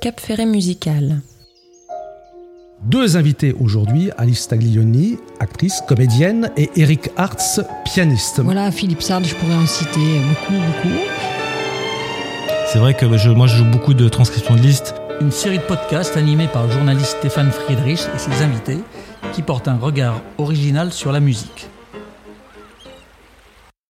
Cap Ferret Musical. Deux invités aujourd'hui, Alice Staglioni, actrice, comédienne, et Eric Hartz, pianiste. Voilà, Philippe Sard, je pourrais en citer beaucoup, beaucoup. C'est vrai que je, moi, je joue beaucoup de transcriptions de listes. Une série de podcasts animée par le journaliste Stéphane Friedrich et ses invités qui portent un regard original sur la musique.